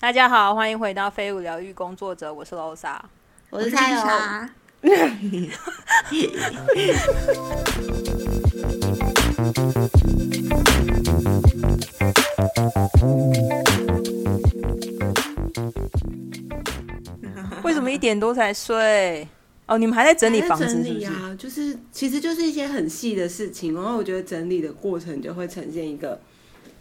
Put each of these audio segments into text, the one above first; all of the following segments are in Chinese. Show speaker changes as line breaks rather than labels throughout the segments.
大家好，欢迎回到废物疗愈工作者，我是 Losa。
我是菜哦油，
啊
啥？
为什么一点多才睡？哦，你们还在整理
还在
房子
整
是不
理
是？
啊，就是其实就是一些很细的事情，然后我觉得整理的过程就会呈现一个，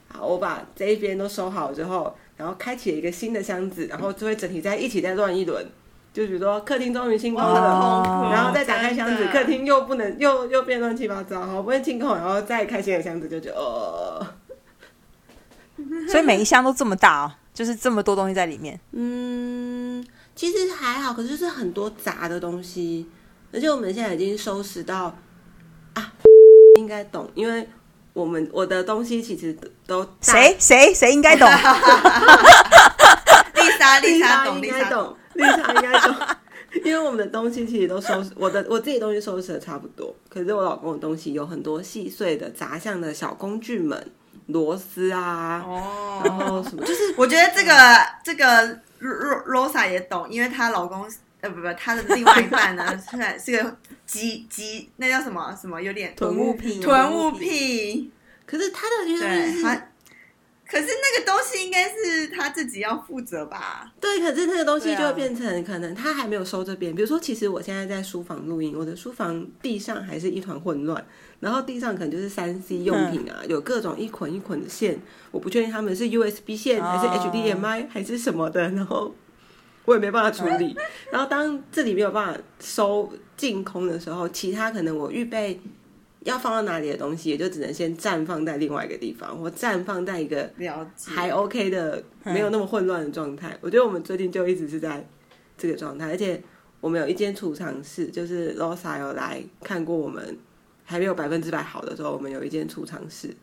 好，我把这一边都收好之后，然后开启了一个新的箱子，然后就会整体在一起再乱一轮。就比如说客厅终于清空了，
哦
然后再打开箱子，
真的
客厅又不能又又变乱七八糟，好不容易清空，然后再开新的箱子，就觉得呃，
所以每一箱都这么大哦，就是这么多东西在里面。
嗯，其实还好，可是就是很多杂的东西，而且我们现在已经收拾到啊，应该懂，因为我们我的东西其实都大
谁谁谁应该 懂？
丽莎，
丽
丽莎
莎
懂，
应
丽
该
莎
懂，丽莎应该懂， 因为我们的东西其实都收拾，我的我自己东西收拾的差不多，可是我老公的东西有很多细碎的杂项的小工具们，螺丝啊，然后
哦。
什么就是
我觉得这个这个 Ro- Ro- Rosa 也懂，因为她老公呃不不，她的另外一半呢 虽然是个极极那叫什么什么有点
囤物癖
囤物癖，
可是他的原来就
嗯
对，
是
她可是那个东西应该是她自己要负责吧？
对，可是那个东西
对啊
就会变成，可能他还没有收这边。比如说，其实我现在在书房录音，我的书房地上还是一团混乱，然后地上可能就是三 C 用品
嗯
啊，有各种一捆一捆的线，我不确定他们是 USB 线还是
哦
HDMI 还是什么的，然后我也没办法处理。然后当这里没有办法收净空的时候，其他可能我预备要放到哪里的东西，也就只能先暂放在另外一个地方，或暂放在一个
了解，
还 OK 的，
嗯
没有那么混乱的状态。我觉得我们最近就一直是在这个状态，而且我们有一间储藏室，就是 Losa 有来看过我们还没有百分之百好的时候，我们有一间储藏室，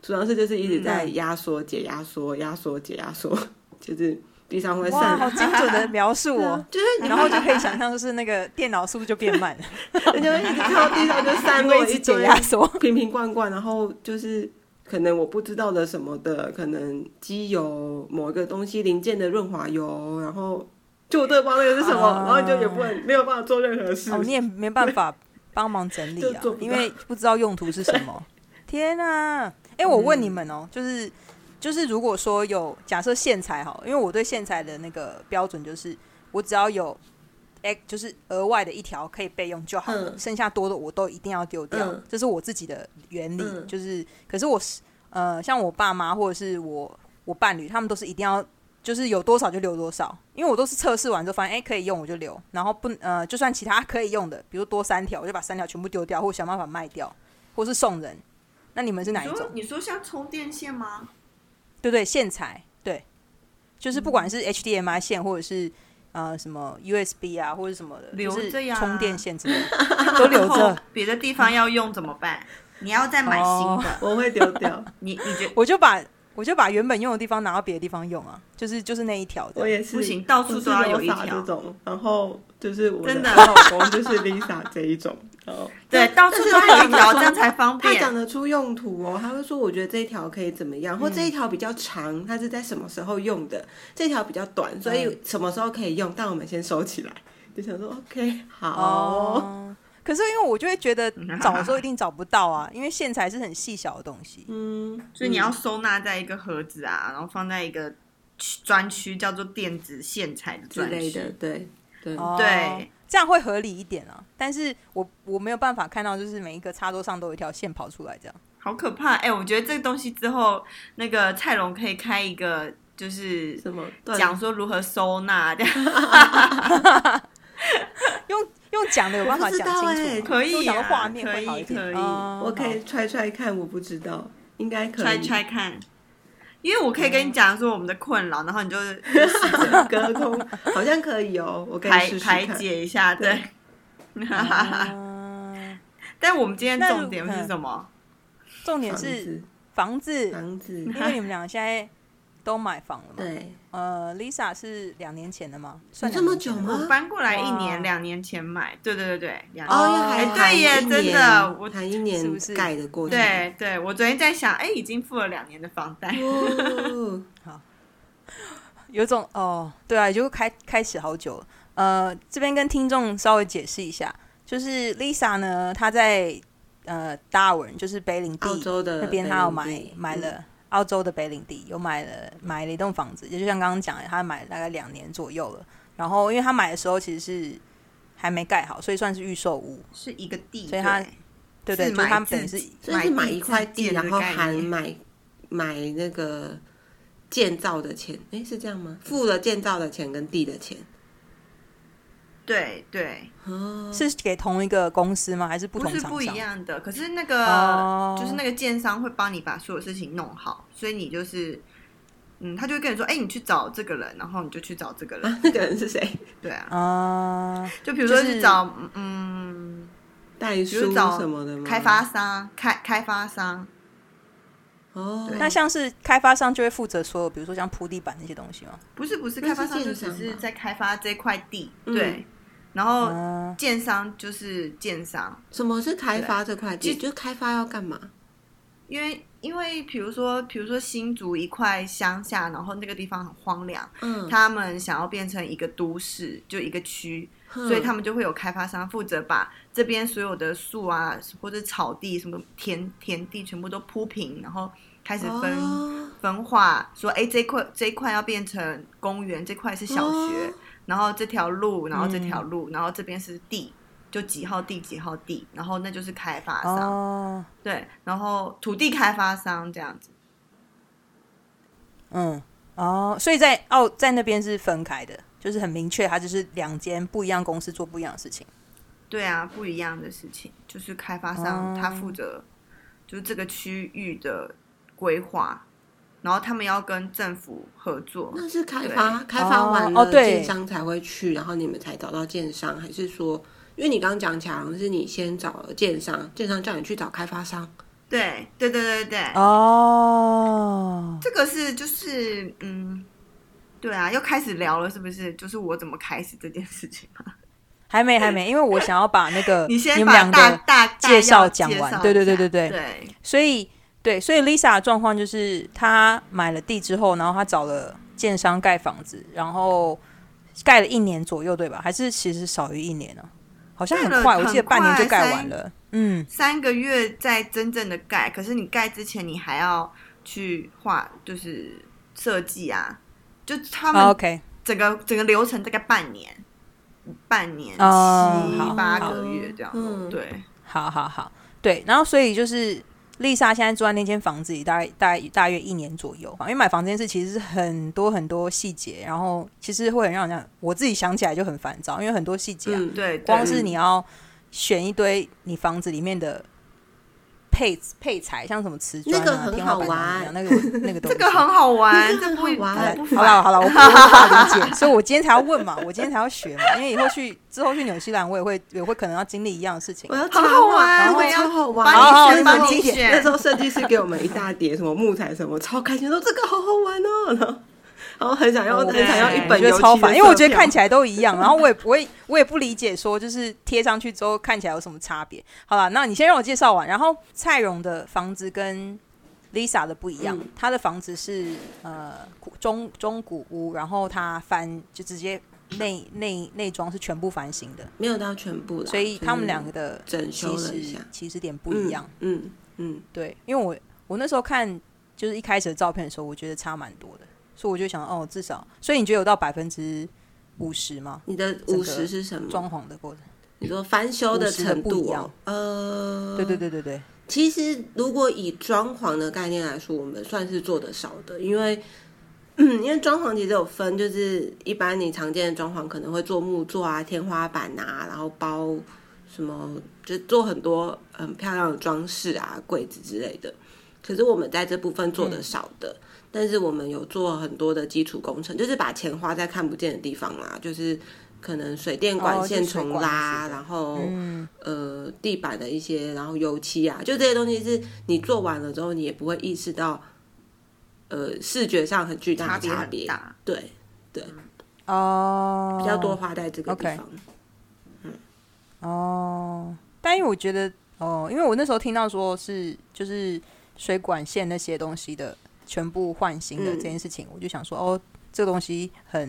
储藏室就是一直在
嗯
压缩、解压缩、压缩、解压缩， 就是地上会
哇，好
散，
精准的描述哦。
就是啊你
然后就可以想象，就是那个电脑速度就变慢 了，
你就会一直看到地上就散
因为
落
一直解
堆
压缩。
瓶瓶罐罐，然后就是可能我不知道的什么的，可能机油、某一个东西零件的润滑油，然后就我都不知道那个是什么，
啊
然后你就也不能没有办法做任何事。
哦，你也没办法帮忙整理
就
啊
做，不到
因为不知道用途是什 么。天啊！哎、我
嗯
问你们哦、就是就是，如果说有假设线材好，因为我对线材的那个标准就是，我只要有哎，就是额外的一条可以备用就好了，
嗯
剩下多的我都一定要丢掉，
嗯
这是我自己的原理。
嗯
就是，可是我是呃，像我爸妈或者是我我伴侣，他们都是一定要就是有多少就留多少，因为我都是测试完之后发现，哎、可以用我就留，然后不呃，就算其他可以用的，比如多三条，我就把三条全部丢掉，或想办法卖掉，或是送人。那你们是哪一
你
种
说？你说像充电线吗？
对对，线材，对，就是不
嗯
管是 HDMI 线或者是呃什么 USB 啊，或者什么的，
留
就是
着呀
充电线之类的，都留
然后
着。
别的地方要用怎么办？你要再买新
哦
的，
我会丢 掉，
你你觉
我就把我就把原本用的地方拿到别的地方用啊，就是就是那一条
我
的。
也是
不行到处都要有一条
我是 Rosa 这种，然后就是我
真
的
的
老公就是 Lisa 这一种，然后
对到处都要有 一条，这样才方
他
便。嗯
讲得出用途哦，他会说我觉得这一条可以怎么样，或这一条比较长，它是在什么时候用的，这条比较短，所
嗯
以什么时候可以用，但我们先收起来。就想说 OK 好，
哦， 可是因为我就会觉得找的时候一定找不到 啊，因为线材是很细小的东西。
嗯，
所以你要收纳在一个盒子啊，然后放在一个区专区，叫做电子线材的
之
专
类的
区。，
对嗯对，
哦
对，
这样会合理一点啊。但是我我没有办法看到，就是每一个插座上都有一条线跑出来这样。
好可怕！哎、我觉得这个东西之后，那个蔡龙可以开一个，就是
什么
讲说如何收纳，这样
用用讲的有办法讲
我不知道
清
欸
楚吗，
可以
用讲的
啊
画面
可
会
以
好一点。
可以
哦
我可以揣揣看，我不知道，应该可以。哦
揣揣看。因为我可以跟你讲说我们的困扰，然后你就试着
隔空好像可以哦，我可以
排
试试
排
看。
解一下，对。
好嗯
但我们今天
那如
重点
嗯
是什么？
重点
房
是
子，
房子，
房子，啊
因为你们俩现在都买房了嘛。
对，
呃，Lisa 是两年前的吗？算
这么
两年前的
久吗
我搬过来一
哇
年，两年前买，对对对对，两
哦，因为还
哎
还
对耶
一
真的
年
我
还一
是不
年
是
盖的过去，
对对，我昨天在想，哎，已经付了两年的房贷，
哦，
有种哦，对啊，也就开开始好久了。呃，这边跟听众稍微解释一下，就是 Lisa 呢，她在呃达尔文，就是北 领
澳
地
洲的
那边
北
他有
领
买
地
买
嗯
了澳洲的北领地，有买了买了一栋房子，也就像刚刚讲的，他买了大概两年左右了。然后因为他买的时候其实是还没盖好，所以算是预售屋，
是一个地，
所以它对对，
对自
就是
买
他们
自
等于是
己
所以是买一块地，
自建的
然后
概
含
念
买买那个建造的钱，诶，是这样吗？付了建造的钱跟地的钱，
对对，
哦，
是给同一个公司吗？还是不
不
同
是
厂
不一
商？
样的。可是那个、
哦
就是那个建商会帮你把所有事情弄好，所以你就是，嗯，他就会跟你说，哎、你去找这个人，然后你就去找这个人。
啊，那个人是谁？
对啊，
啊、
就比如说
就是
去找、嗯
代
比如
书
找
什么的吗？
开发商，开开发商，
哦，
那像是开发商就会负责所有，比如说像铺地板那些东西吗？
不是不是
那是
开发商，就
建
只
商
是
吧
在开发这块地，
嗯哦
对。然后
嗯、
建商就是建商，
什么是开发这块地？
对
就开发要干嘛？
因为因为比如说比如说新竹一块乡下，然后那个地方很荒凉，
嗯，
他们想要变成一个都市，就一个区，
所
所以他们就会有开发商负责把这边所有的树啊或者草地什么田田地全部都铺平，然后开始分、
哦
分化，说哎这块这一块要变成公园，这块是小学，
哦
然后这条路，然后这条路，然后这边是地。就几号地几号地，然后那就是开发商，
哦，
对，然后土地开发商这样子，
嗯，哦，所以在澳在那边是分开的，就是很明确，它就是两间不一样公司做不一样的事情。
对啊，不一样的事情，就是开发商
哦
他负责就是这个区域的规划，然后他们要跟政府合作。
那是开发开发完
哦
了
哦对
建商才会去，然后你们才找到建商，还是说，因为你刚刚讲起来好像是你先找了建商，建商叫你去找开发商，
对对对对对，
哦，
这个是就是嗯，对啊，又开始聊了，是不是？就是我怎么开始这件事 情嘛？
还没还没，因为我想要把那个
你先
们
把
俩
大
的，
大大
介绍
要
讲
介
完
绍
对对对
一下
对对
对
所以对，所以 Lisa 的状况就是她买了地之后，然后她找了建商盖房子，然后盖了一年左右，对吧？还是其实少于一年呢、好像
盖
很
了
快，我记得
很
半年就
快
盖
三
完了。嗯，
三个月在真正的盖，可是你盖之前你还要去画，就是设计啊，就他
啊
们
OK，
整个整个流程大概半年，半年七、
哦好
八
好
个月这样子，
嗯
对
好好好，对，然后所以就是丽莎现在住在那间房子里，大概大概大约一年左右。因为买房这件事其实是很多很多细节，然后其实会很让人家我自己想起来就很烦躁，因为很多细节啊，
嗯，
对，对
光是你要选一堆你房子里面的。配配材像什么瓷砖啊、
那个很
天花板
好
啊
玩
那个我那个东
这
西，
个很 好玩，这不
很好玩
我不
哎好了好了，
烦。
我我无法理解，所以我今天才要问嘛，我今天才要学嘛，因为以后去之后去纽西兰，我也会也会可能要经历一样的事情啊
我。要
好
超
好玩
那
我
个
要
超好玩，
帮
你
那
选
时
帮
候
你
选
那时候设计师给我们一大叠什么木材什么，我超开心，说这个好好玩哦，然后然后很想要
哦
很想要一本
我觉
油
得
漆
超烦，
的
因为我
色
觉得
票
看起来都一样，然后我也我也我也不理解说就是贴上去之后看起来有什么差别。好了，那你先让我介绍完，然后蔡荣的房子跟 Lisa 的不一样，
嗯
她的房子是呃古中中古屋，然后她翻就直接内内内装是全部翻新的，
没有到全部啦，
所以他们两个的
就是整修
起
了一
始
下，
起始点
就
不
是
一样。，
嗯嗯
对，因为我我那时候看就是一开始的照片的时候，我觉得差蛮多的，所以我就想哦，至少，所以你觉得有到百分之五十吗？
你的
整
五
个
十是什么？
装潢的过程？
你说翻修的
50
程
的不一
度、哦
样？
呃，
对对对对对，
其实，如果以装潢的概念来说，我们算是做的少的，因为，嗯，因为装潢其实有分，就是一般你常见的装潢可能会做木座啊、天花板啊，然后包什么，就做很多很漂亮的装饰啊、柜子之类的。可是我们在这部分做
嗯
的少的，但是我们有做很多的基础工程，就是把钱花在看不见的地方啦，就是可能水电管
哦
线
就是水
重
管
拉，
之类的
然后。
嗯，
呃地板的一些，然后油漆啊，就这些东西是你做完了之后，你也不会意识到，呃，视觉上很巨大的
差别
差
很
别。
大，
对对，
哦，
比较多花在这个地
OK
方。
哦，但因为我觉得哦，因为我那时候听到说是就是水管线那些东西的全部换新的
嗯
这件事情，我就想说哦，这个东西很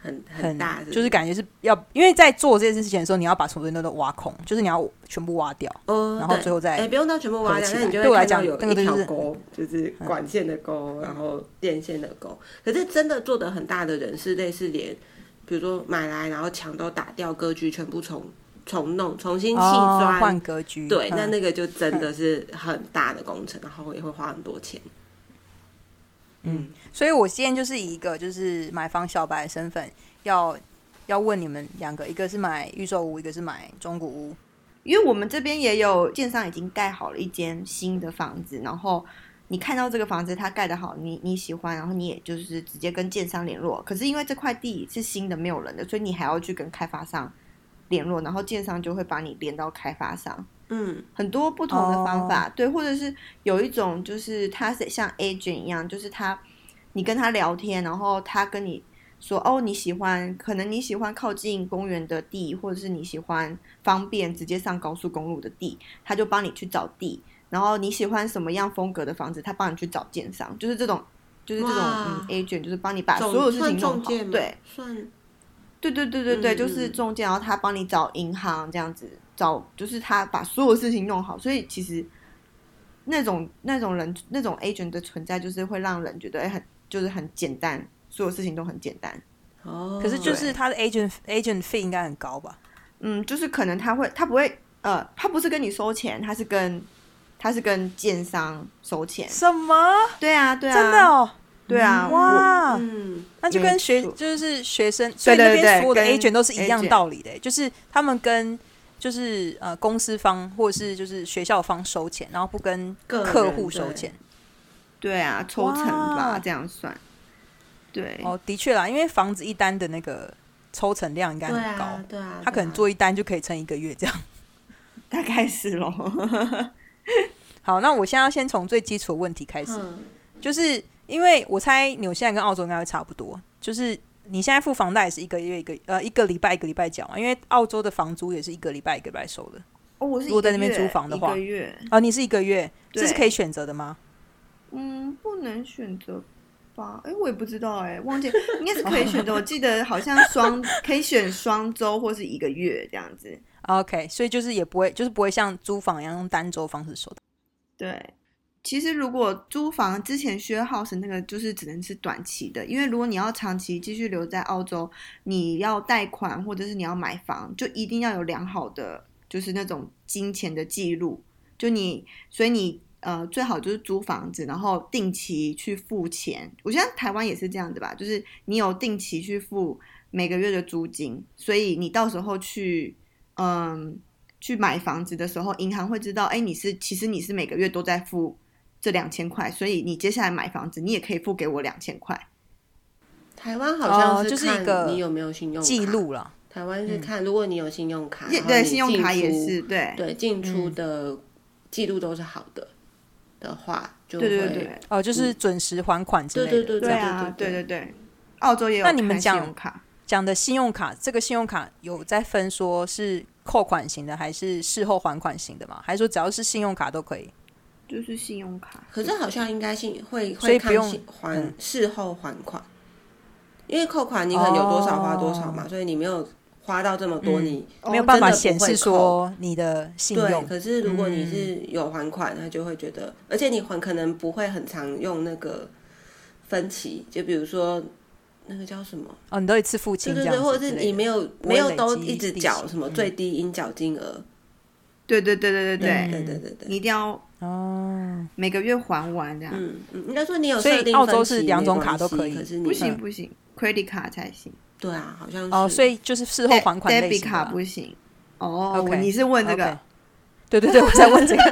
很很
很
大不
就是感觉是要，因为在做这件事情的时候，你要把所有东西都挖空，就是你要全部挖掉，
哦，
然后
对
最后再
哎、不用到全部挖
合
掉，
起
那
来
你就会
对我来
看到
讲
有
那个
一
就
条
是
沟，就是管线的沟，然后电线的沟。可是真的做的很大的人是类似连，比如说买来然后墙都打掉，格局全部重重弄，重新砌
哦
砖。
换格局。
对，
嗯
那那个就真的是很大的工程，然后也会花很多钱。嗯，
所以我今天就是以一个就是买房小白的身份，要要问你们两个，一个是买预售屋，一个是买中古屋。
因为我们这边也有建商已经盖好了一间新的房子，然后你看到这个房子它盖得好，你你喜欢，然后你也就是直接跟建商联络。可是因为这块地是新的，没有人的，所以你还要去跟开发商联络，然后建商就会把你连到开发商。
嗯，
很多不同的方
哦
法对，或者是有一种就是他是像 agent 一样，就是他你跟他聊天，然后他跟你说哦你喜欢，可能你喜欢靠近公园的地，或者是你喜欢方便直接上高速公路的地，他就帮你去找地，然后你喜欢什么样风格的房子，他帮你去找建商，就是这种就是这种嗯
哇
agent 就是帮你把所有
总
事
算
情弄
中
好，
介吗
对，
算
对对对对对，
嗯
就是
嗯
中介，然后他帮你找银行这样子，找就是他把所有事情弄好，所以其实那种那种人那种 agent 的存在，就是会让人觉得哎很就是很简单，所有事情都很简单。
哦，
可是就是他的 agent agent fee 应该很高吧？
嗯，就是可能他会他不会呃，他不是跟你收钱，他是跟他是跟建商收钱。
什么？
对啊，对啊，
真的哦？
对啊，我
哇！
嗯，
那就跟
没
学
错
就是学生，所以那
对对
边所有的
跟
agent 都是一样
agent
道理的、欸就是他们跟就是呃公司方或者是就是学校方收钱，然后不跟
个人
客户收
对
钱。
对啊，抽成吧
哇，
这样算。对，
哦，的确啦，因为房子一单的那个抽成量应该
对
很高，
啊，对啊，
他可能
对啊
做一单就可以撑一个月这样。
大概是咯。
好，那我现在要先从最基础的问题开始，
嗯
就是因为我猜纽西兰跟澳洲应该会差不多，就是你现在付房贷也是一个月一个呃一个礼拜一个礼拜缴嘛，因为澳洲的房租也是一个礼拜一个礼拜收的。
哦，我是
如果
一个
在那边
月
租房的话
一个月，
哦，你是一个月，
对
这是可以选择的吗？
嗯，不能选择吧？哎，我也不知道哎，忘记应该是可以选择。我记得好像双可以选双周或是一个月这样子。
OK，所以就是也不会，就是不会像租房一样用单周方式收的。
对，其实如果租房之前 share house 那个就是只能是短期的，因为如果你要长期继续留在澳洲，你要贷款或者是你要买房，就一定要有良好的就是那种金钱的记录，就你所以你。呃，最好就是租房子，然后定期去付钱。我现在台湾也是这样子吧，就是你有定期去付每个月的租金，所以你到时候去，嗯，去买房子的时候，银行会知道，哎，你是其实你是每个月都在付这两千块，所以你接下来买房子，你也可以付给我两千块。
台湾好像
哦就是
看
一个
你有没有信用
记
卡
录啦，
台湾是看，如果你有信用卡，
嗯也
然后
对，
你
信用卡
进
也
出，
是嗯对，
对进出的记录都是好的的话，就会
对对对
哦，就是准时还款之类的。
对对
这
对
样
啊，
对
对
对
对对，澳洲也有
那你们
开信
讲
用卡，
讲的信用卡，这个信用卡有在分说是扣款型的，还是事后还款型的吗？还是说只要是信用卡都可以？
就是信用卡。
可是好像应该信会
所以
会
不
看
用
信还
嗯
事后还款，因为扣款你可能有多少花多少嘛，所以你没有花到这么多，
哦嗯
你
哦
没有办法
真的不
显
会
示
扣
说你的信
对。
用。嗯
可是如果你是有还款，他就会觉得，而且你还可能不会很常用那个分期，就比如说那个叫什么。
哦，你都一次付清
对
这样
对对，
子
或者
之
是
类
你
的
没有
不会
没有
累
都
积
一直
利
缴
息
什么
嗯
最低应缴金额，嗯
对对对对对对，
对对对对，
你一定要
哦，
每个月还完这样，
嗯嗯，应该说你有
所以
设定
澳洲
分
是
期
两
没
种
关
卡都
系
可以
可是你
不
的
行不行，credit 卡才行，
对啊，好像
哦，
是
所以就是事后还款
d e
类
b i
型
t
的
卡
啦
不行。哦
OK，
你是问这个
OK？对对对，我在问这 个。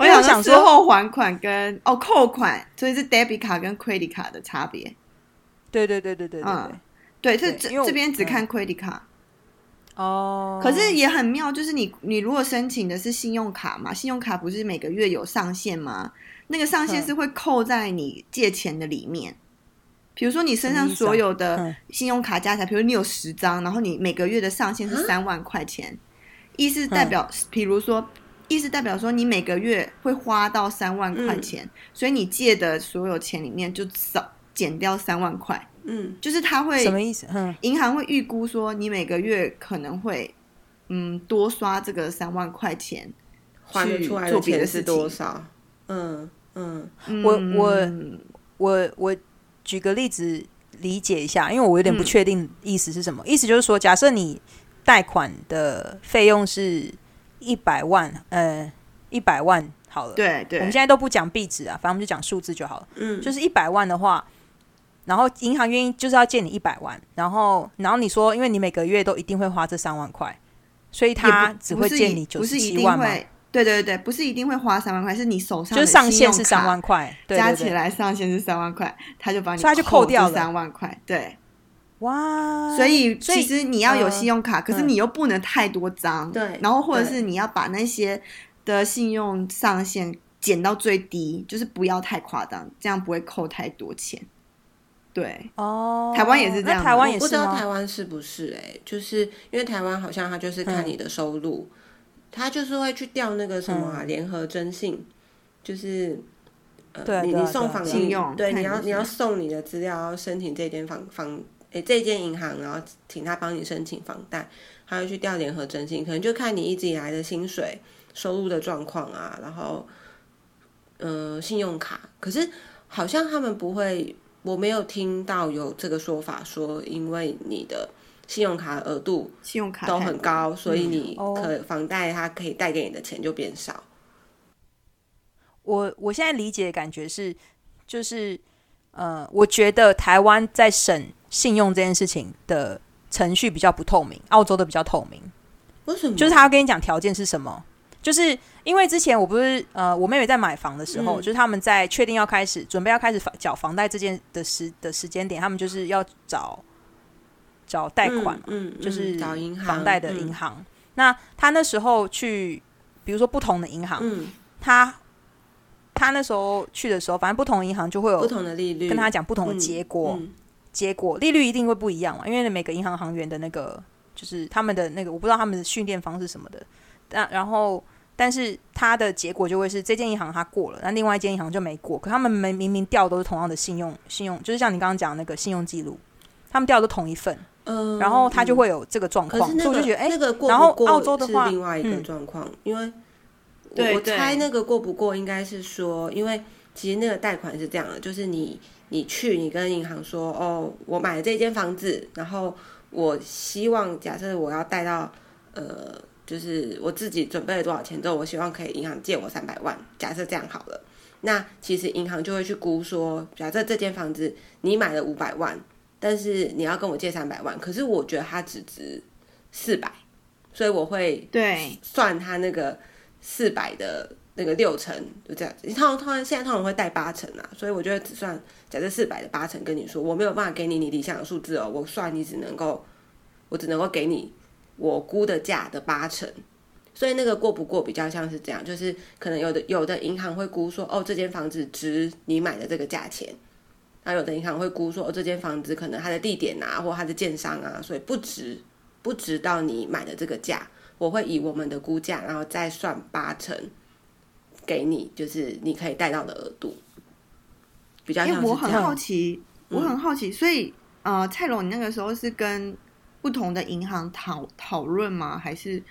我
因为我
想
想
事
说
后还款跟哦扣款，所以是 debit 卡跟 credit 卡的差别。
对对对对对对
嗯
对。
对，这
对
这
因为我嗯
这边只看 credit 卡，
哦，
可是也很妙，就是你你如果申请的是信用卡嘛，信用卡不是每个月有上限吗？那个上限
嗯
是会扣在你借钱的里面。比如说你身
什
上
么意思啊
所有的
嗯
信用卡加起来，比如你有十张，然后你每个月的上
啊
限是三万块钱，意思代表，比如说，意思代表说你每个月会花到
嗯
三万块钱，所以你借的所有钱里面就少减掉三万块，
嗯，
就是它会
什么意思？嗯，
银行会预估说你每个月可能会嗯多刷这个三万块钱，
还得出来的
做别
钱
的事
是
情
多少？嗯嗯，
我
嗯
我我我举个例子理解一下，因为我有点不
嗯
确定意思是什么。意思就是说，假设你贷款的费用是一百万，呃，一百万好了。
对对，
我们现在都不讲币值啊，反正我们就讲数字就好了。
嗯
就是一百万的话，然后银行愿意就是要借你一百万，然后然后你说，因为你每个月都一定会花这三万块，所以
也
他
不
只
不
会
是
借
一
你九
不
十
是一
七
定
万嘛，
会，对对对，不是一定会花三万块，是你手上
就是
的
上
信
限
用
是三
卡
万块，对
加
对
起
对
来上限是三万块，他就把你
所以他就
扣
扣掉了
三万块，对。
哇，
所以
所
其
以
实你要有
呃
信用卡，可是
嗯
你又不能太多张，
对
然后或者
对
是你要把那些的信用上限减到最低，就是不要太夸张，这样不会扣太多钱。对，
哦，
台湾也是这样啊
那台湾
吗
也
我不
是
知道台
吗？
湾是不是哎、就是因为台湾好像他就是看你的收入，他就是会去调那个什么
嗯
啊联、合征信，就是。呃
对啊
你
对啊
你送
对啊
访
信用
对，
看
你
你
要
的
你要
信
送你的资料，要申请这间房房，诶、这间银行，然后请他帮你申请房贷，他会去调联合征信，可能就看你一直以来的薪水、收入的状况啊，然后，呃，信用卡，可是好像他们不会，我没有听到有这个说法，说因为你的信用卡额度
信用卡
都
太嗯
很
多，
高，所以你
哦
可房贷它可以贷给你的钱就变少。
我我现在理解的感觉是，就是呃，我觉得台湾在审信用这件事情的程序比较不透明，澳洲的比较透明。
为什么？
就是他要跟你讲条件是什么，就是因为之前我不是呃，我妹妹在买房的时候，
嗯
就是他们在确定要开始准备要开始房缴房贷这件的时的时间点，他们就是要找找贷款嘛，
嗯，嗯
就是
找银行嗯
房贷的银，行。那他那时候去，比如说不同的银行，
嗯，嗯
他他那时候去的时候，反正不同银行就会
不
有
同的利率
跟他讲不同的
嗯
结果，
嗯
结果利率一定会不一样嘛，因为每个银行行员的那个就是他们的那个，我不知道他们的训练方式什么的，但然后但是它的结果就会是这间银行它过了，那另外一间银行就没过，可他们明明明调都是同样的信用信用，就是像你刚刚讲的那个信用记录，他们调的都同一份，
嗯，
然后他就
嗯。
会有这个状
可
况，
是那
所以我
个
就觉得哎、
那个过
然后
不过
澳洲的
是
话
另外一个
嗯
状况，因为我
对
我
对
猜那个过不过应该是说，因为其实那个贷款是这样的，就是你你去你跟银行说，哦，我买了这间房子，然后我希望假设我要贷到呃，就是我自己准备了多少钱之后，我希望可以银行借我三百万，假设这样好了。那其实银行就会去估说，假设这间房子你买了五百万，但是你要跟我借三百万，可是我觉得它只值四百，所以我会
对
算他那个四百的那个六成，就这样子。通常通常现在通常会贷八成啊，所以我就会只算假设四百的八成跟你说，我没有办法给你你理想的数字哦，我算你只能够，我只能够给你我估的价的八成。所以那个过不过比较像是这样，就是可能有的有的银行会估说，哦，这间房子值你买的这个价钱，那有的银行会估说，哦，这间房子可能它的地点啊，或它的建商啊，所以不值不值到你买的这个价，我会以我们的估价，然后再算八成给你，就是你可以贷到的额度，比较
因
像
为
是
我
这
很
样。嗯
好奇，我很好奇，所以呃，蔡龙，你那个时候是跟不同的银行讨讨论吗？还是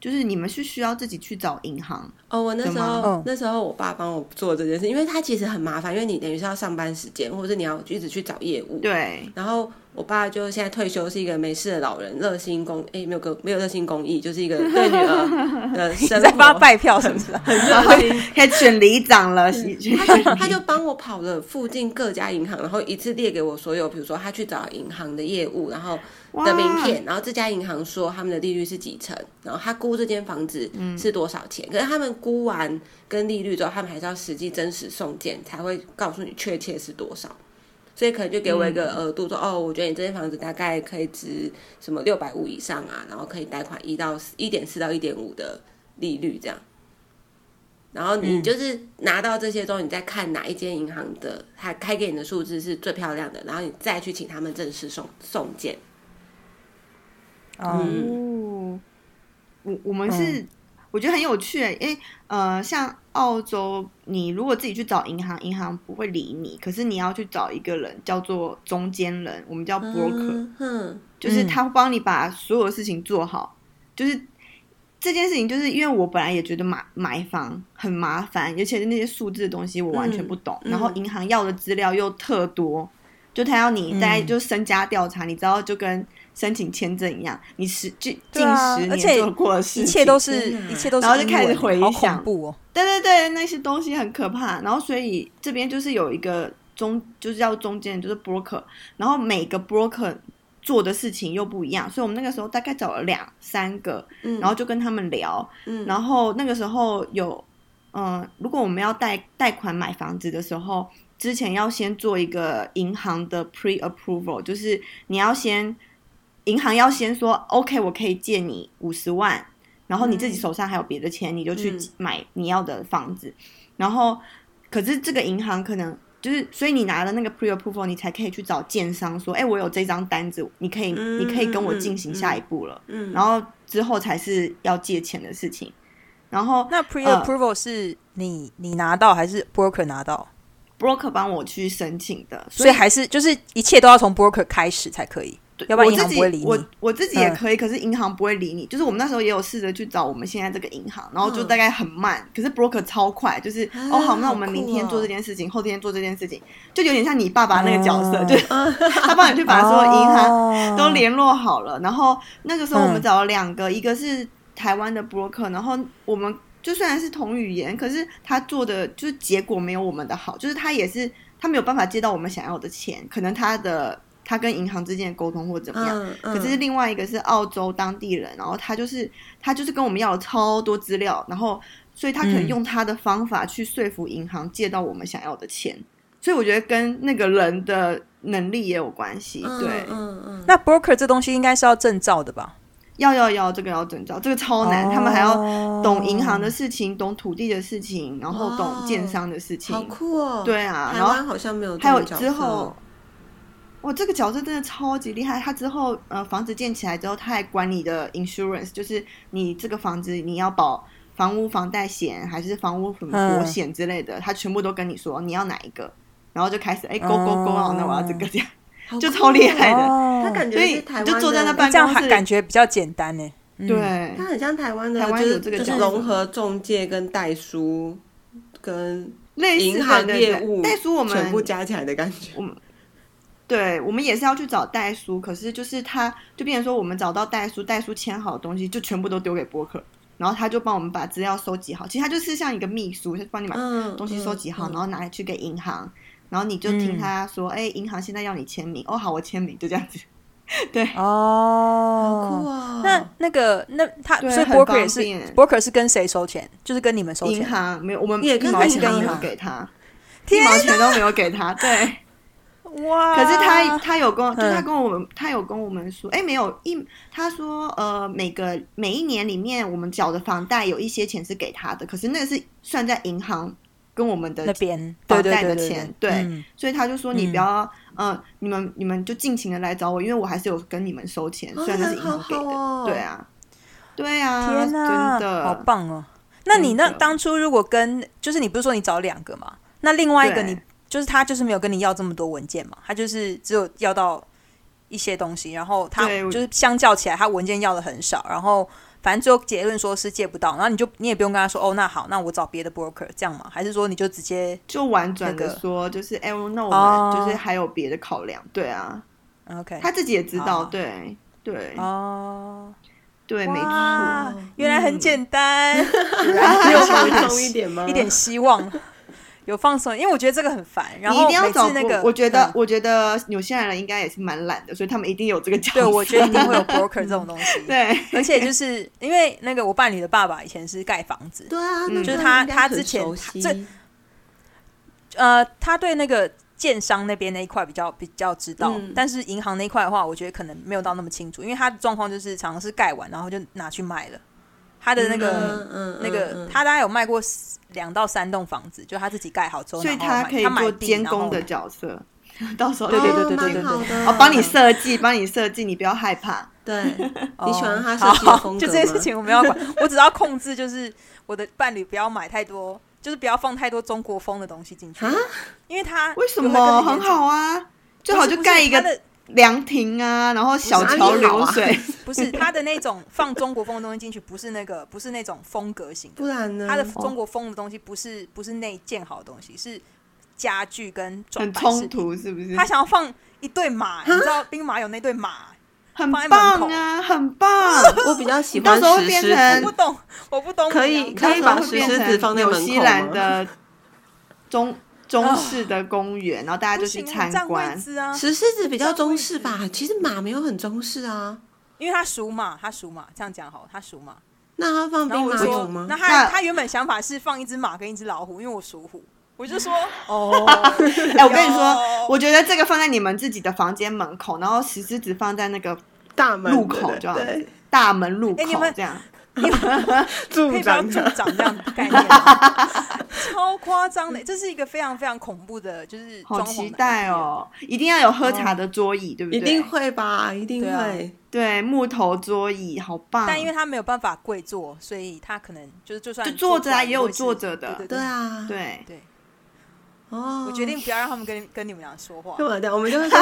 就是你们是需要自己去找银行？
哦，我那
的
时候、
吗
嗯
那时候我爸帮我做这件事，因为他其实很麻烦，因为你等于是要上班时间，或者是你要一直去找业务。
对，
然后我爸就现在退休，是一个没事的老人，热心公诶，没有个没有热心公益，就是一个对女儿的
你
生
在帮他
活
拜票是不是啊？
热心
可以选里长了，
嗯 他就他就帮我跑了附近各家银行，然后一次列给我所有，比如说他去找银行的业务，然后的名片，然后这家银行说他们的利率是几成，然后他估这间房子是多少钱，可是他们估完跟利率之后，他们还是要实际真实送件才会告诉你确切是多少。所以可能就给我一个额度说，哦，我觉得你这间房子大概可以值什么六百五以上啊，然后可以贷款一到一点四到一点五的利率这样。然后你就是拿到这些之后，你再看哪一间银行的它开给你的数字是最漂亮的，然后你再去请他们正式送送件。
嗯，
嗯
哦，我我们是、我觉得很有趣耶，因为呃，像澳洲，你如果自己去找银行，银行不会理你，可是你要去找一个人，叫做中间人，我们叫 broker，、
嗯哼，
就是他会帮你把所有事情做好。就是这件事情，就是因为我本来也觉得买买房很麻烦，而且是那些数字的东西我完全不懂，
嗯嗯
然后银行要的资料又特多，就他要你在
嗯
就身家调查，你知道就跟申请签证一样，你十近
对
近
啊
十
而
年
且
做过的事情，
一切都是
天哪
一切都是
然后就开始
英文
回
好
想
恐怖哦。
对对对，那些东西很可怕。然后所以这边就是有一个中，就是要中间就是 broker，然后每个 broker 做的事情又不一样，所以我们那个时候大概找了两三个，
嗯，
然后就跟他们聊，
嗯，
然后那个时候有，嗯、如果我们要贷贷款买房子的时候，之前要先做一个银行的 pre approval，就是你要先，银行要先说 OK，我可以借你五十万，然后你自己手上还有别的钱，你就去
嗯
买你要的房子，然后可是这个银行可能。就是，所以你拿了那个 pre approval，你才可以去找建商说，哎、我有这张单子，你可以，你可以跟我
嗯嗯
进
嗯
行下一步了。
嗯，
然后之后才是要借钱的事情。然后
那 pre approval 是你你拿到还是 broker 拿到？
broker 帮我去申请的，
所以还是就是一切都要从 broker 开始才可以。
对
要不然
我
银行
自己
不会理你
我我自己也
嗯
可以，可是银行不会理你。就是我们那时候也有试着去找我们现在这个银行，然后就
嗯
大概很慢，可是 broker 超快，就是、
啊
哦好，那
好
我们
酷
明天做
哦
这件事情，后天做这件事情，就有点像你爸爸那个角色，
嗯
就是 他帮你去把所有银
嗯
行
行
都联络好了。然后那个时候我们
嗯
找了两个，一个是台湾的 broker，然后我们就虽然是同语言，可是他做的就是结果没有我们的好，就是他也是他没有办法借到我们想要的钱，可能他的他跟银行之间的沟通或怎么样。
嗯，
可是
嗯
另外一个是澳洲当地人，然后他就是他就是跟我们要了超多资料，然后所以他可能
嗯
用他的方法去说服银行借到我们想要的钱，所以我觉得跟那个人的能力也有关系，
嗯
对，
嗯嗯，
那 broker 这东西应该是要证照的吧？
要要要，这个要证照，这个超
哦
难，他们还要懂银行的事情，懂土地的事情，然后懂建商的事情。
好酷哦，，
对啊，
台
然后
湾好像没有这
还有
种角色
之后
哦，，
哇，这个角色真的超级厉害。他之后呃，房子建起来之后，他还管你的 insurance，就是你这个房子你要保房屋房贷险还是房屋什么火
嗯
险之类的，他全部都跟你说你要哪一个，然后就开始哎勾勾勾啊，那我要这个这样，
好
就
酷
超厉
哦
害的
哦
他感觉
所以
是台湾
你就坐在那
的
办
这样
公
还
室，
感觉比较简单呢。嗯
对
它很像哎台湾的，
台湾
就
有
是
这个
就是
角色
融合中介跟代书跟
类似
银行
对对
业
对
务
代书我们
全部加起来的感觉。
对，我们也是要去找代书，可是就是他就变成说，我们找到代书，代书签好的东西就全部都丢给博客，然后他就帮我们把资料收集好。其实他就是像一个秘书，就帮你把
嗯，
东西收集好，
嗯
然后拿去给银行，然后你就听他说，哎、银行现在要你签名，哦，好，我签名，就这样子。
好酷
哦。
哦。
那那个那他
对
所以
很
broker
方
也是
便
broker 是跟谁收钱？就是跟你们收
银
钱。
行没有，我们
也
一
跟
毛
银
钱都
行
没有
啊
给他，一
天
毛钱都没有给他，对。
哇！
可是他他有跟我，就
嗯
他跟我们，他有跟我们说，哎、没有一，他说呃，每个每一年里面我们缴的房贷有一些钱是给他的，可是那个是算在银行跟我们的
那，边
房
对
贷
对
的
对对
钱
对
对，
嗯
所以他就说你
嗯
不要，呃，你们你们就尽情的来找我，因为我还是有跟你们收钱，
哦
虽然那是银
那好
行给的，
好哦
对啊，对啊，
天
真的
好棒哦！那你那
真的
当初如果跟就是你不是说你找两个嘛？那另外一个
对
你就是他就是没有跟你要这么多文件嘛？他就是只有要到一些东西，然后他
对我
就是相较起来，他文件要的很少，然后反正最后结论说是借不到，然后你就你也不用跟他说哦，那好，那我找别的 broker 这样嘛？还是说你就直接
就婉转
那
的
个
说，就是哎、那我
哦
们就是还有别的考量，对啊，
嗯 OK？
他自己也知
好
道，对对
哦，
对，没错。
哇，原来很简 单，
还
有
有
稍微
放松一点吗？
一点希望。 有放松，因为我觉得这个很烦。然
你
后
一定要
每
找
次那
过
个，
我觉得
嗯，
我觉得纽西兰人应该也是蛮懒的，所以他们一定有这个角色。
对，我觉得一定会有 broker 这种东西。
对，
而且就是因为那个我伴侣的爸爸以前是盖房子，
对啊，
嗯
那
就是
这样
他
应该
他
很
之前
熟
他
悉
这呃，他对那个建商那边那一块比较比较知道，
嗯
但是银行那一块的话，我觉得可能没有到那么清楚，因为他的状况就是常常是盖完然后就拿去卖了，他的那个。
嗯嗯
那个
嗯
他大概有卖过两到三栋房子，就他自己盖好之后，
所以
然后
他
买
可以
他买
做
地
监
然后
工的角色，到时候
对对对对对对
哦蛮好的
哦，帮你设计，帮你设计，你不要害怕。
对，
哦
你喜欢他设计的
好
风格
就这件
吗
事情我没有管，我只要控制，就是我的伴侣不要买太多就是不要放太多中国风的东西进去
啊，
因为它
为什
有那
么
个
很
连接
好啊？最
不
好
是
就
不是
盖一
它
个
的
凉亭啊，然后小
哪里
桥
好
流
啊
水。
不是它的那种放中国风的东西进去，不是那个不是那种风格型的
不，然呢？
它的中国风的东西不是不是内建好的东西，是家具跟装
很
扮饰品。
冲突，啊是不是？
他想要放一对马，你知道兵马俑那对马，
很
放在门口
棒啊，很棒！
我比较喜
到
欢
时候会
石
变
狮
我
成
子
不，懂，我不懂
可
你啊
以可以
到
把
时候会
石
变
狮
成
子放在
纽
门
西
口啊
兰
吗
的中中式的公园，然后大家
不
就
行
去
啊
参
占位
观。
置啊，
石狮子比较中式吧？其实马没有很中式啊。
因为他属马，他属马，这样讲好，他属马。
那他放
然
兵
后我
马
就
俑
说，
吗
那？他
那
他原本想法是放一只马跟一只老虎，因为我属虎，我就说哦，
哎、我跟你说
有，
我觉得这个放在你们自己的房间门口，然后石狮子放在那个
大门
路
对
口
对
这样
对
子，大门路
哎
口
你们
这样。
可
助
以不要
长
助
它
长这样的概 念吗，超夸张的，这是一个非常非常恐怖的，就是
好
装潢
期
的
待
idea。
哦！一定要有喝茶的桌椅，对不 对？
一定会吧？一定
对啊
会。
对木头桌椅，好棒！
但因为他没有办法跪坐，所以他可能就是就算
就坐着啊
出来
也有
会是
坐着的
对对
对啊，
对
对，
哦，
我决定不要让他们跟跟你们俩说话，
干嘛的？我们就会说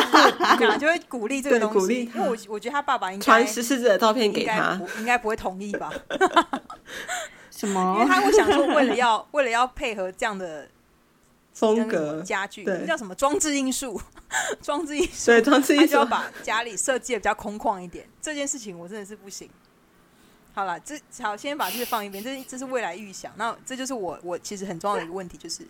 你们俩就会鼓励这个
对
东西，
鼓励他
因为我我觉得他爸爸应该
传石狮子的照片给
应该
他。
不应该不会同意吧，
什
哦
因为
么？
他会想说为了要为了要配合这样的
风
那个什么
格，
家具，
对
那叫什么装置因素，装置因素，
所以装置
他
艺
就要
术
把家里设计的比较空旷一点。这件事情我真的是不行。好了，这好，先把这个放一边，这这是未来预想。那这就是我我其实很重要的一个问题，就是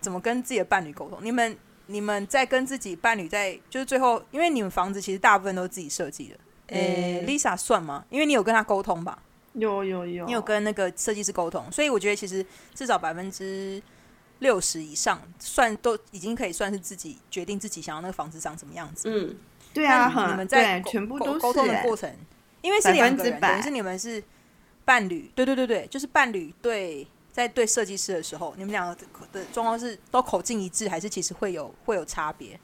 怎么跟自己的伴侣沟通。你们你们在跟自己伴侣在就是最后，因为你们房子其实大部分都是自己设计的。诶、
诶
l i s a 算吗？因为你有跟他沟通吧？
有有有，
你有跟那个设计师沟通，所以我觉得其实至少百分之六十以上，算都已经可以算是自己决定自己想要那个房子长什么样子。
嗯，
对啊，
那你你
很
们在
对，
沟
全部
沟
都
沟
是
通的
欸
过程，因为是两个人，
百
等于
分之百
是你们是伴侣，对对对对，就是伴侣对在对设计师的时候，你们两个的的状况是都口径一致，还是其实会有会有差别？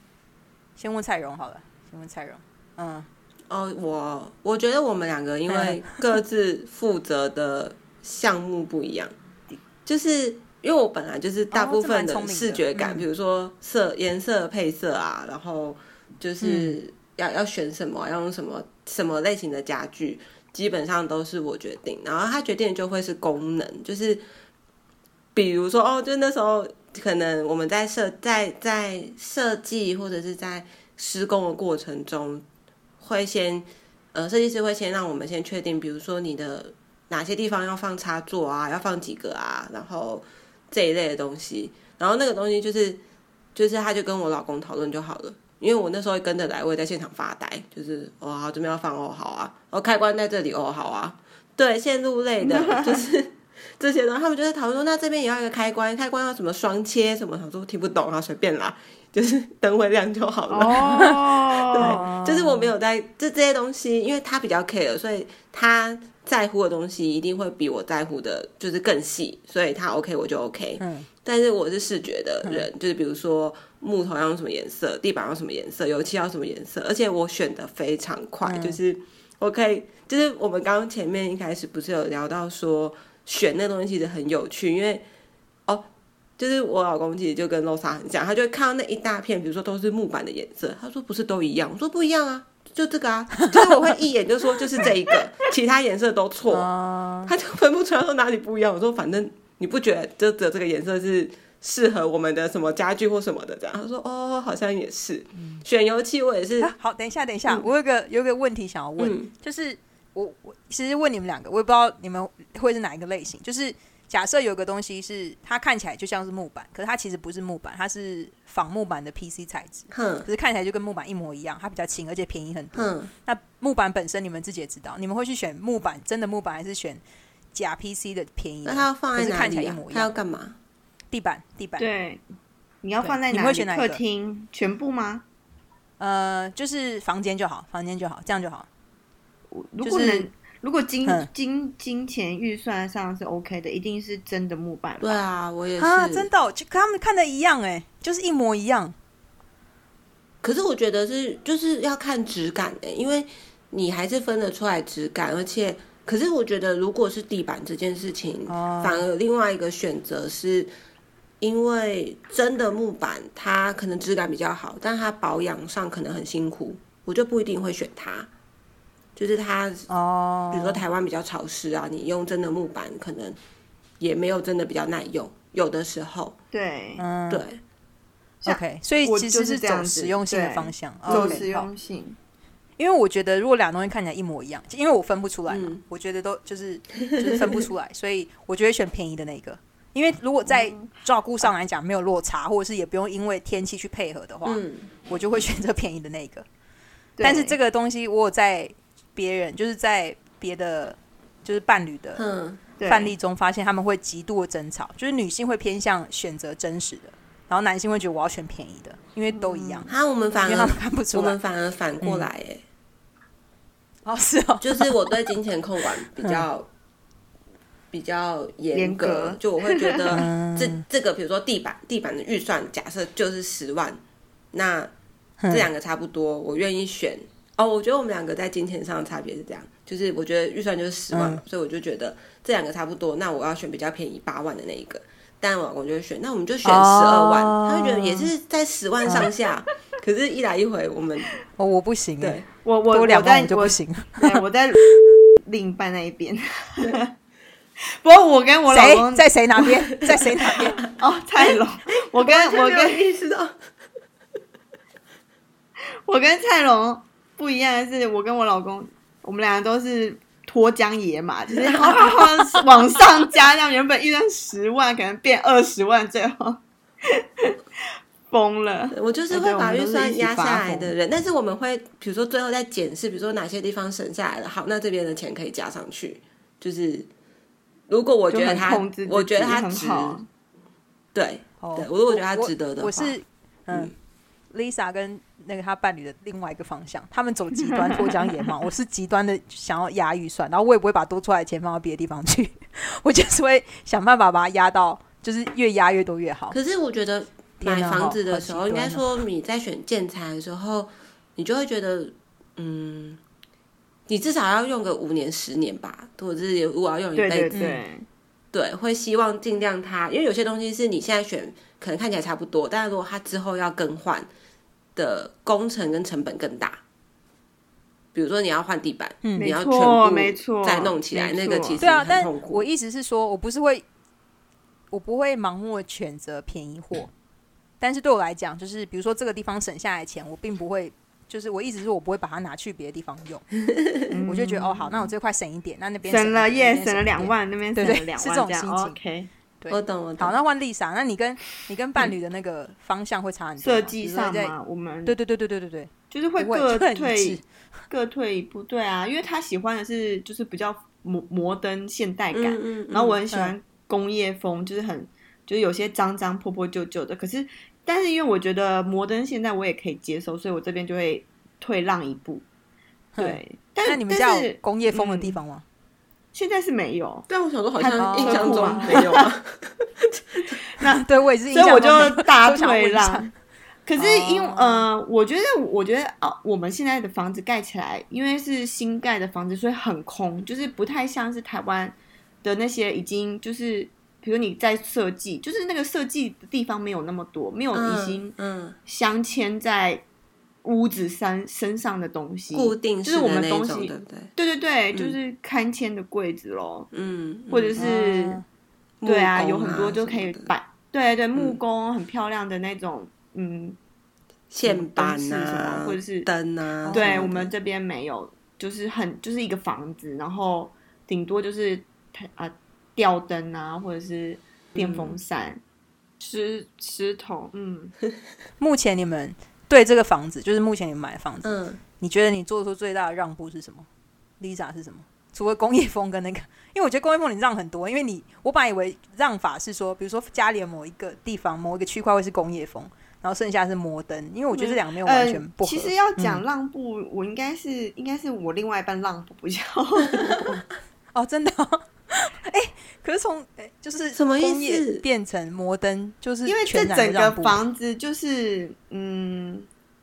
先问蔡荣好了，先问蔡荣，嗯，
哦，我我觉得我们两个因为各自负责的项目不一样，就是因为我本来就是大
哦
部
这蛮
分
聪明的
视觉感，
嗯
比如说色、颜色配色啊，然后就是要、要选什么，要用什么什么类型的家具，基本上都是我决定。然后他决定的就会是功能，就是比如说哦，就那时候可能我们在设在在设计或者是在施工的过程中，会先呃设计师会先让我们先确定，比如说你的哪些地方要放插座啊，要放几个啊，然后这一类的东西。然后那个东西就是就是他就跟我老公讨论就好了。因为我那时候会跟着来，我也在现场发呆，就是哦好这边要放哦好啊，哦开关在这里哦好啊，对线路类的，就是这些呢，他们就在讨论说，那这边也要一个开关，开关要什么双切什么，我说听不懂啊，随便啦，就是灯会亮就好了。
哦，
就是我没有在这这些东西，因为他比较 care，所以他在乎的东西一定会比我在乎的，就是更细，所以他 OK 我就 OK。
嗯，
但是我是视觉的人，就是比如说木头要用什么颜色，地板要什么颜色，油漆要什么颜色，而且我选的非常快，就是我可以，就是我们刚刚前面一开始不是有聊到说选那东西其实很有趣，因为哦。就是我老公其实就跟 Losa 很像，他就会看到那一大片，比如说都是木板的颜色，他说不是都一样，我说不一样啊，就这个啊， 就是我会一眼就说就是这一个，其他颜色都错，
啊、
他就分不出来说哪里不一样。我说反正你不觉得这这这个颜色是适合我们的什么家具或什么的这样？他说哦，好像也是。选油漆我也是，
嗯
嗯
啊好，等一下，等一下，我有个有个问题想要问，就是我我其实问你们两个，我也不知道你们会是哪一个类型。就是假设有个东西是它看起来就像是木板，可是它其实不是木板，它是仿木板的 PC 材质，
哼
可是看起来就跟木板一模一样，它比较轻，而且便宜很多。
哼，
那木板本身你们自己也知道，你们会去选木板真的木板，还是选假 PC 的便宜的？
那它要放在
可是
哪
看起来
里
一
啊
模？一
它要
样。
干嘛？
地板，地板，
对，你要
对
放在
你
哪
会
里？
选哪一
客
个
厅全部吗？
呃，就是房间就好，房间就好，这样就好。
如
就
果
是
能，如果金
嗯
金金钱预算上是 OK 的，一定是真的木板吧。
对啊，我也是。
啊，真的哦、就跟他们看的一样哎、就是一模一样。
可是我觉得是就是要看质感的、因为你还是分得出来质感，而且可是我觉得如果是地板这件事情，
哦
反而有另外一个选择是，因为真的木板它可能质感比较好，但它保养上可能很辛苦，我就不一定会选它。就是它，
哦，
比如说台湾比较潮湿啊，你用真的木板可能也没有真的比较耐用，有的时候
对，
嗯，
对。
，OK，所以
我
其
就
实
是这
走
样子
实用性的
对
方向，哦
走
OK，
实
好
用性，
因为我觉得如果俩东西看起来一模一样，因为我分不出来嘛，
嗯
我觉得都就是就是分不出来，所以我就会选便宜的那个。因为如果在照顾上来讲没有落差，或者是也不用因为天气去配合的话，
嗯，
我就会选择便宜的那个。但是这
个
个东西我有在别人就是在别的就是伴侣的
嗯，
范例中发现，他们会极度的争吵，就是女性会偏向选择真实的，然后男性会觉得我要选便宜的，因为都一样，
哈，我们
因
反
为他
而
们看不
我
出来
们。反而反
嗯
过来哎、
哦，是哦，
就是我对金钱控管比较比较严格，
严格
就我会觉得这这个，比如说地板地板的预算，假设就是十万，那这两个差不多，我愿意选。哦，我觉得我们两个在金钱上的差别是这样，就是我觉得预算就是十万嘛，所以我就觉得这两个差不多，那我要选比较便宜八万的那一个。但我老公就会选，那我们就选十二万，
哦
他会觉得也是在十万上下。可是，一来一回，我们
哦，我不行
对
哎，
我我
多
我
两万
在
我就不行。
对，我在 另一半那一边。 不过我跟我老
谁
公
在谁哪边，在谁哪 边？
哦，蔡龙，我跟我
没有
跟
意识到
我跟蔡龙不一样的是，我跟我老公，我们两个都是脱缰野马，就是 哗哗哗往上加，让原本预算十万，可能变二十万，最后 疯了。
我就是
哎对
会
我
把
们
预
都是
算
一起
压下
发
来
疯
的人，但是我们会比如说最后再检视，比如说哪些地方省下来了，好，那这边的钱可以加上去。就是如果我
就
觉得
很
他
控制，自
我觉得
己
他
很
值，
好
对
哦
对，我如果觉得他值得的
我
话，
是嗯
嗯
，Lisa 跟那个她伴侣的另外一个方向，他们走极端脱缰 野马，我是极端的想要压预算，然后我也不会把多出来的钱放到别的地方去， 我就是会想办法把它压到，就是越压越多越
哦
好。
可是我觉得
天
买
哪
房
好
子
好
的
极
时候，应
端
该
哦
说你在选建材的时候，你就会觉得，嗯，你至少要用个五年、十年吧，或者是我要用一
对
辈
对
子。
对，
对，会希望尽量它，因为有些东西是你现在选可能看起来差不多，但是如果它之后要更换的工程跟成本更大，比如说你要换地板，
嗯
你
没
要全
错没
部
错，
再弄起来，
没
那个
错
其实
对啊，
很
但
痛苦。
我意思是说，我不是会，我不会盲目的选择便宜
嗯
货，但是对我来讲，就是比如说这个地方省下来的钱，我并不会，就是我意思是我不会把它拿去别的地方用，我
嗯
就觉得哦好，那我这块省一点，那那边
嗯省了
一点那边
耶，省了
一点
两万，那边
对
省
对
了两
是这
万，
种
这样
心情
OK。
对啊
我懂，我懂
好，。那换丽莎，那你跟你跟伴侣的那个方向会差很多吗
设计
比如说
上
在
嘛，我们
对对对对对对对，
就是会
不会
各
就很一
退
致
各退一步，对啊，因为他喜欢的是就是比较摩摩登现代感，
嗯
然后我很喜欢工业风，就是很就是有些脏脏破破旧旧的，可是但是因为我觉得摩登现在我也可以接受，所以我这边就会退让一步。对，但
那你们家
但
有
是
工业风的地
嗯
方吗？
现在是没有，
但我想说，好
哦
像印象
车库
中
吗
没有啊。
对，我也是印
所
象
以
中
我
没有，
就大
都想问
退
一下
让。可是
哦
因为、呃，我觉得我觉得哦，我们现在的房子盖起来，因为是新盖的房子，所以很空，就是不太像是台湾的那些已经就是，比如你在设计，就是那个设计的地方没有那么多，没有已经
嗯嗯，
镶嵌在屋子身身上的东西。
固定式
嗯就是我
的
们
那
东
一种，
西
对不对？
对对对，就是龛嵌的柜子咯，
嗯，
或者
嗯
是、
嗯
对啊，
木
有
工
很多就
什
可以
么的嗯
摆，对对，木工很漂亮的那种，嗯，
线板
灯饰什
啊
么，或者是
灯啊。
对
什么
我
的
们这边没有，就是很就是一个房子，然后顶多就是啊吊灯啊，或者是电
嗯
风扇、石石头，嗯，
目前你们对这个房子，就是目前你们买的房子，
嗯，
你觉得你做出最大的让步是什么？Lisa 是什么？除了工业风跟那个，因为我觉得工业风你让很多，因为你我本来以为让法是说，比如说家里的某一个地方、某一个区块会是工业风，然后剩下是摩登，因为我觉得这两个没有完全不合。嗯
呃其实要讲让步，我应该是应该是我另外一半让步比较
哦，真的、哦，哎、可是从哎、就是
什么意
工业
思
变成摩登，就是
因为这
全然
整
让
个
步
房子就是嗯，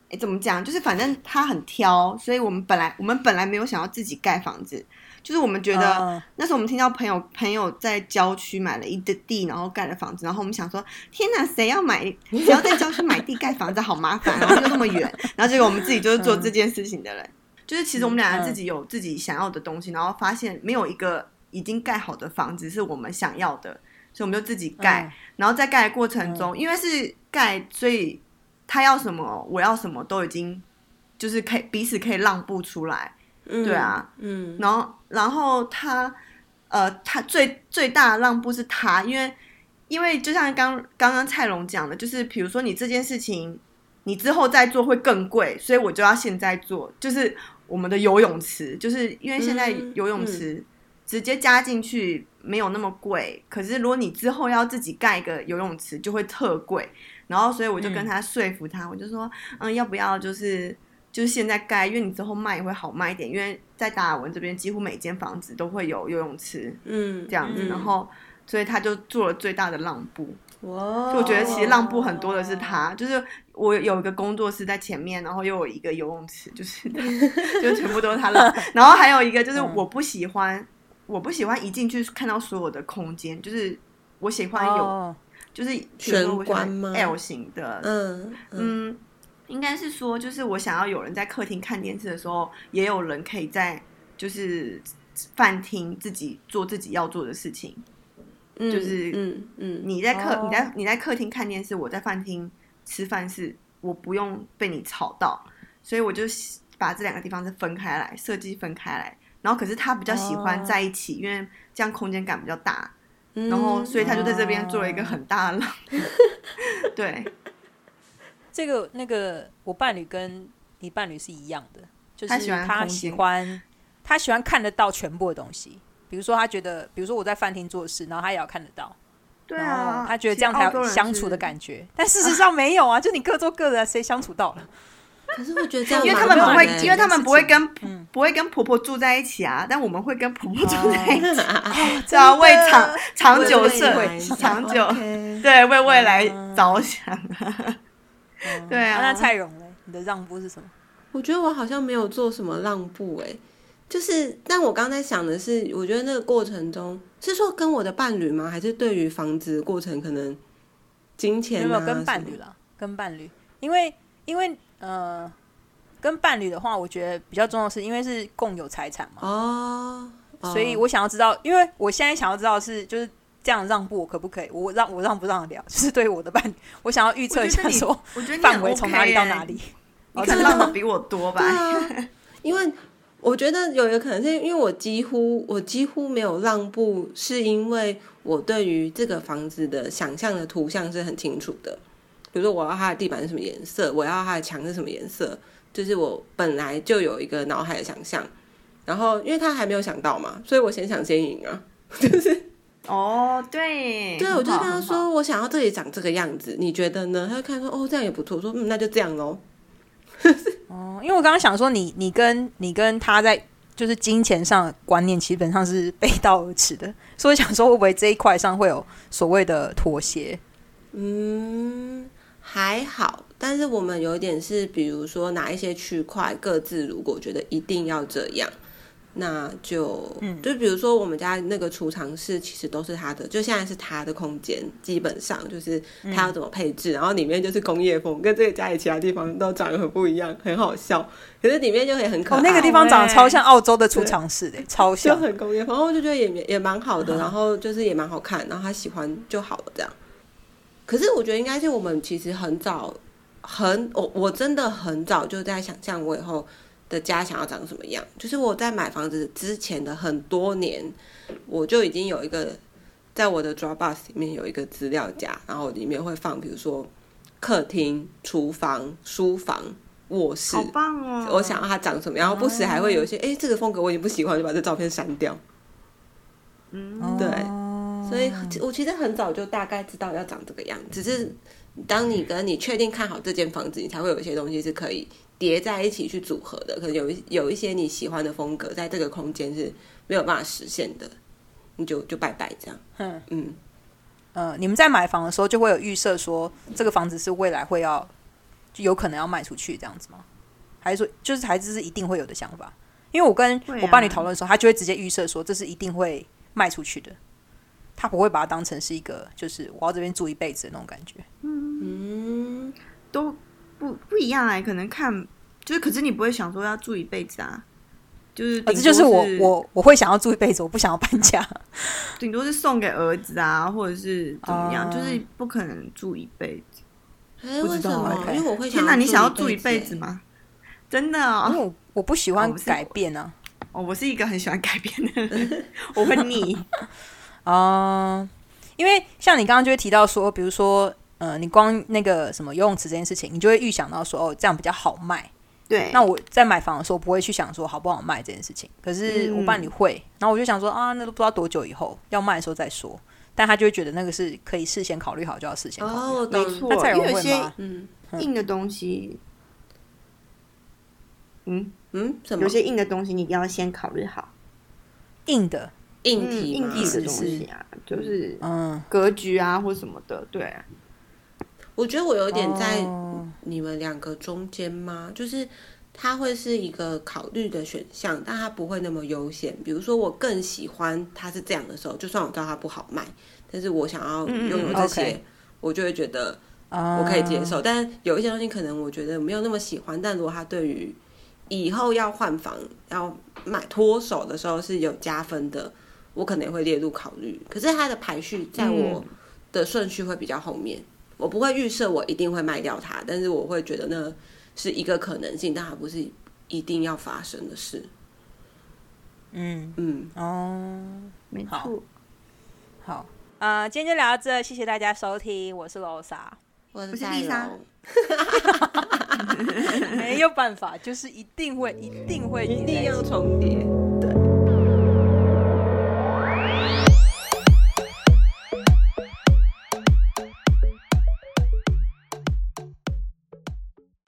诶怎么讲？就是反正他很挑，所以我们本来我们本来没有想要自己盖房子，就是我们觉得、
嗯
那时候我们听到朋友朋友在郊区买了一的地，然后盖了房子，然后我们想说，天哪，谁要买？谁要在郊区买地盖房子，好麻烦，啊然后又那么远，然后结果我们自己就是做这件事情的人，就是其实我们俩
嗯
自己有自己想要的东西，然后发现没有一个已经盖好的房子是我们想要的，所以我们就自己盖，然后在盖的过程中，因为是盖，所以他要什么，我要什么，都已经就是可以彼此可以让步出来。
嗯
对啊，
嗯，
然后，然后他，呃，他最最大的让步是他，因为因为就像刚刚刚蔡龙讲的，就是比如说你这件事情，你之后再做会更贵，所以我就要现在做，就是我们的游泳池，就是因为现在
嗯
游泳池直接加进去没有那么贵，可是如果你之后要自己盖一个游泳池，就会特贵。然后，所以我就跟他说服他，我就说，嗯，要不要就是就是现在盖，因为你之后卖也会好卖一点，因为在达尔文这边几乎每间房子都会有游泳池
嗯，
这样子，
嗯
然后所以他就做了最大的让步。
哇，
所以我觉得其实让步很多的是
哦
他，就是我有一个工作室在前面，然后又有一个游泳池，就是 就全部都是他 让，然后还有一个就是
嗯
我不喜欢，我不喜欢一进去看到所有的空间，就是我喜欢有、
哦
就是比如说我喜欢
玄关吗
L 型的，
嗯嗯
嗯，应该是说，就是我想要有人在客厅看电视的时候，也有人可以在就是饭厅自己做自己要做的事情。
嗯，
就是
嗯嗯
你在客、
哦
你在你在客厅看电视，我在饭厅吃饭是我不用被你吵到，所以我就喜把这两个地方是分开来设计分开来。然后可是他比较喜欢
哦
在一起，因为这样空间感比较大。
嗯，
然后所以他就在这边
哦
做了一个很大的浪。对，
这个那个，我伴侣跟你伴侣是一样的，就是
他喜欢
他
空
喜
间
欢他喜欢看得到全部的东西。比如说，他觉得，比如说我在饭厅做事，然后他也要看得到，
对
然
啊
后，他觉得这样才有相处的
觉。
感觉。但事实上没有啊，就你各做各的啊，谁相处 到了？
可是我觉得这样
因为
蛮
他们不
好
会
的，
因为他们不会跟
嗯
不会跟婆婆住在一起啊，但我们会跟婆婆住在一起，
真
这要啊为
的
长长
为
久
未
社
来
长久
OK
对为未来
嗯
着想啊。对啊
那蔡荣嘞，你的让步是什么？
我觉得我好像没有做什么让步哎、就是，但我刚才想的是，我觉得那个过程中是说跟我的伴侣吗？还是对于房子的过程可能金钱、
没
啊、
有没有跟伴
什
侣
么？
啦，跟伴侣，因为因为呃，跟伴侣的话，我觉得比较重要的是，因为是共有财产嘛，
哦，哦
所以我想要知道，因为我现在想要知道的是就是。这样让步我可不可以？我让我让不让得了？ 就是对我的伴侣，我想要预测一下
我觉得你
说
我觉得你很
范围从哪里到
OK 耶
哪，里。
你
哦
可能
真的
浪的
吗
比我多 吧
对？啊， 因为我觉得有一个可能是因为我几乎我几乎没有让步，是因为我对于这个房子的想象的图像是很清楚的。比如说，我要它的地板是什么颜色，我要它的墙是什么颜色，就是我本来就有一个脑海的想象。然后，因为他还没有想到嘛，所以我先想先赢啊。
哦，对，
对，
很
我就
好
跟他，
很
说，
好
我想要这里长这个样子，你觉得呢？他就看说，哦，这样也不错。我说，嗯，那就这样喽。
哦，因为我刚刚想说你，你跟你跟他在就是金钱上的观念基本上是背道而驰的，所以想说会不会这一块上会有所谓的妥协？
嗯，还好，但是我们有一点是，比如说哪一些区块各自如果觉得一定要这样，那就
嗯
就比如说我们家那个储藏室其实都是他的，就现在是他的空间，基本上就是他要怎么配
嗯
置，然后里面就是工业风，跟这个家里其他地方都长得很不一样，很好笑，可是里面就会很可
哦
爱，，
那个地方长得
欸
超像澳洲的储藏室的、超
就
像。
很工业风，然后我就觉得也也蛮好
嗯
的，然后就是也蛮好看，然后他喜欢就好了这样。可是我觉得应该是我们其实很早，很我我真的很早就在想象我以后的家想要长什么样。就是我在买房子之前的很多年，我就已经有一个在我的 Dropbox 里面有一个资料夹，然后里面会放比如说客厅、厨房、书房、卧室，
好棒哦，
我想要它长什么样，然后不时还会有一些，哎、这个风格我已经不喜欢，就把这照片删掉。
嗯，
对
哦
所以我其实很早就大概知道要长这个样，只是当你跟你确定看好这间房子，你才会有一些东西是可以叠在一起去组合的。可能有一有一些你喜欢的风格，在这个空间是没有办法实现的，你就就拜拜这样。
嗯
嗯，
呃，你们在买房的时候就会有预设说这个房子是未来会要就有可能要卖出去这样子吗？还是说就是还是是一定会有的想法？因为我跟
会啊
我伴侣讨论的时候，他就会直接预设说这是一定会卖出去的，他不会把它当成是一个就是我要这边住一辈子的那种感觉。
嗯，
都不不一样哎、可能看就是，可是你不会想说要住一辈子啊，就是
啊，
顶
这
多
就是是我我我会想要住一辈子，我不想要搬家。
顶多是送给儿子啊，或者是怎么样，
哦
就是不可能住一辈子。
哎，
不
为
知
什
道
么？
OK
因为我会想
天
要，
哪，你想要住
住
一辈子？吗？真的哦
因为我我不喜
哦
欢
不是
改变啊。
哦，我是一个很喜欢改变的人，我会腻。
啊、因为像你刚刚就会提到说，比如说，呃，你光那个什么游泳池这件事情，你就会预想到说，哦，这样比较好卖。
对，
那我在买房的时候不会去想说好不好卖这件事情，可是
嗯
我伴侣会，然后我就想说啊，那都不知道多久以后要卖的时候再说。但他就会觉得那个是可以事先考虑好，就要事先考虑好。
哦，我
没
懂。
错
那菜，
因
园
为有
会
些
吗？
嗯
硬的东西，嗯，
嗯，什么
有些硬的东西你一定要先考虑好。
硬的，
硬
嗯，
体
硬
嘛？
体
思
的东西啊，就是
嗯，
格局啊或什么的，对。
我觉得我有点在
哦
你们两个中间吗？就是它会是一个考虑的选项，但它不会那么优先。比如说，我更喜欢它是这样的时候，就算我知道它不好卖，但是我想要拥有这些，
嗯嗯，OK
我就会觉得
啊
我可以接受。但有一些东西可能我觉得没有那么喜欢，但如果它对于以后要换房要买脱手的时候是有加分的，我可能也会列入考虑。可是它的排序在我的顺序会比较后面，我不会预设我一定会卖掉它，但是我会觉得那是一个可能性，但它不是一定要发生的事。
嗯，
嗯，
哦，
没
好
错，
好，啊、今天就聊到这，谢谢大家收听，我是罗莎。
我
是戴丽莎
没有办法，就是一定会，一定会，
一定要重叠。